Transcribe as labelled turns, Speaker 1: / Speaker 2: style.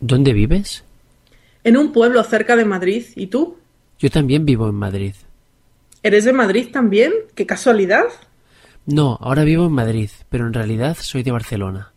Speaker 1: ¿Dónde vives?
Speaker 2: En un pueblo cerca de Madrid. ¿Y tú?
Speaker 1: Yo también vivo en Madrid.
Speaker 2: ¿Eres de Madrid también? ¡Qué casualidad!
Speaker 1: No, ahora vivo en Madrid, pero en realidad soy de Barcelona.